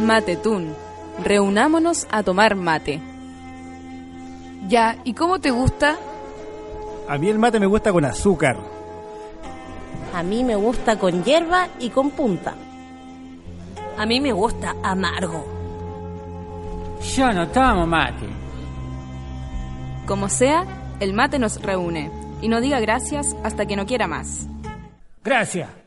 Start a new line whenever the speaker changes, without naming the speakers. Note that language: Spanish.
Matetún. Reunámonos a tomar mate. Ya, ¿y cómo te gusta?
A mí el mate me gusta con azúcar.
A mí me gusta con hierba y con punta.
A mí me gusta amargo.
Yo no tomo mate.
Como sea, el mate nos reúne. Y no diga gracias hasta que no quiera más.
Gracias.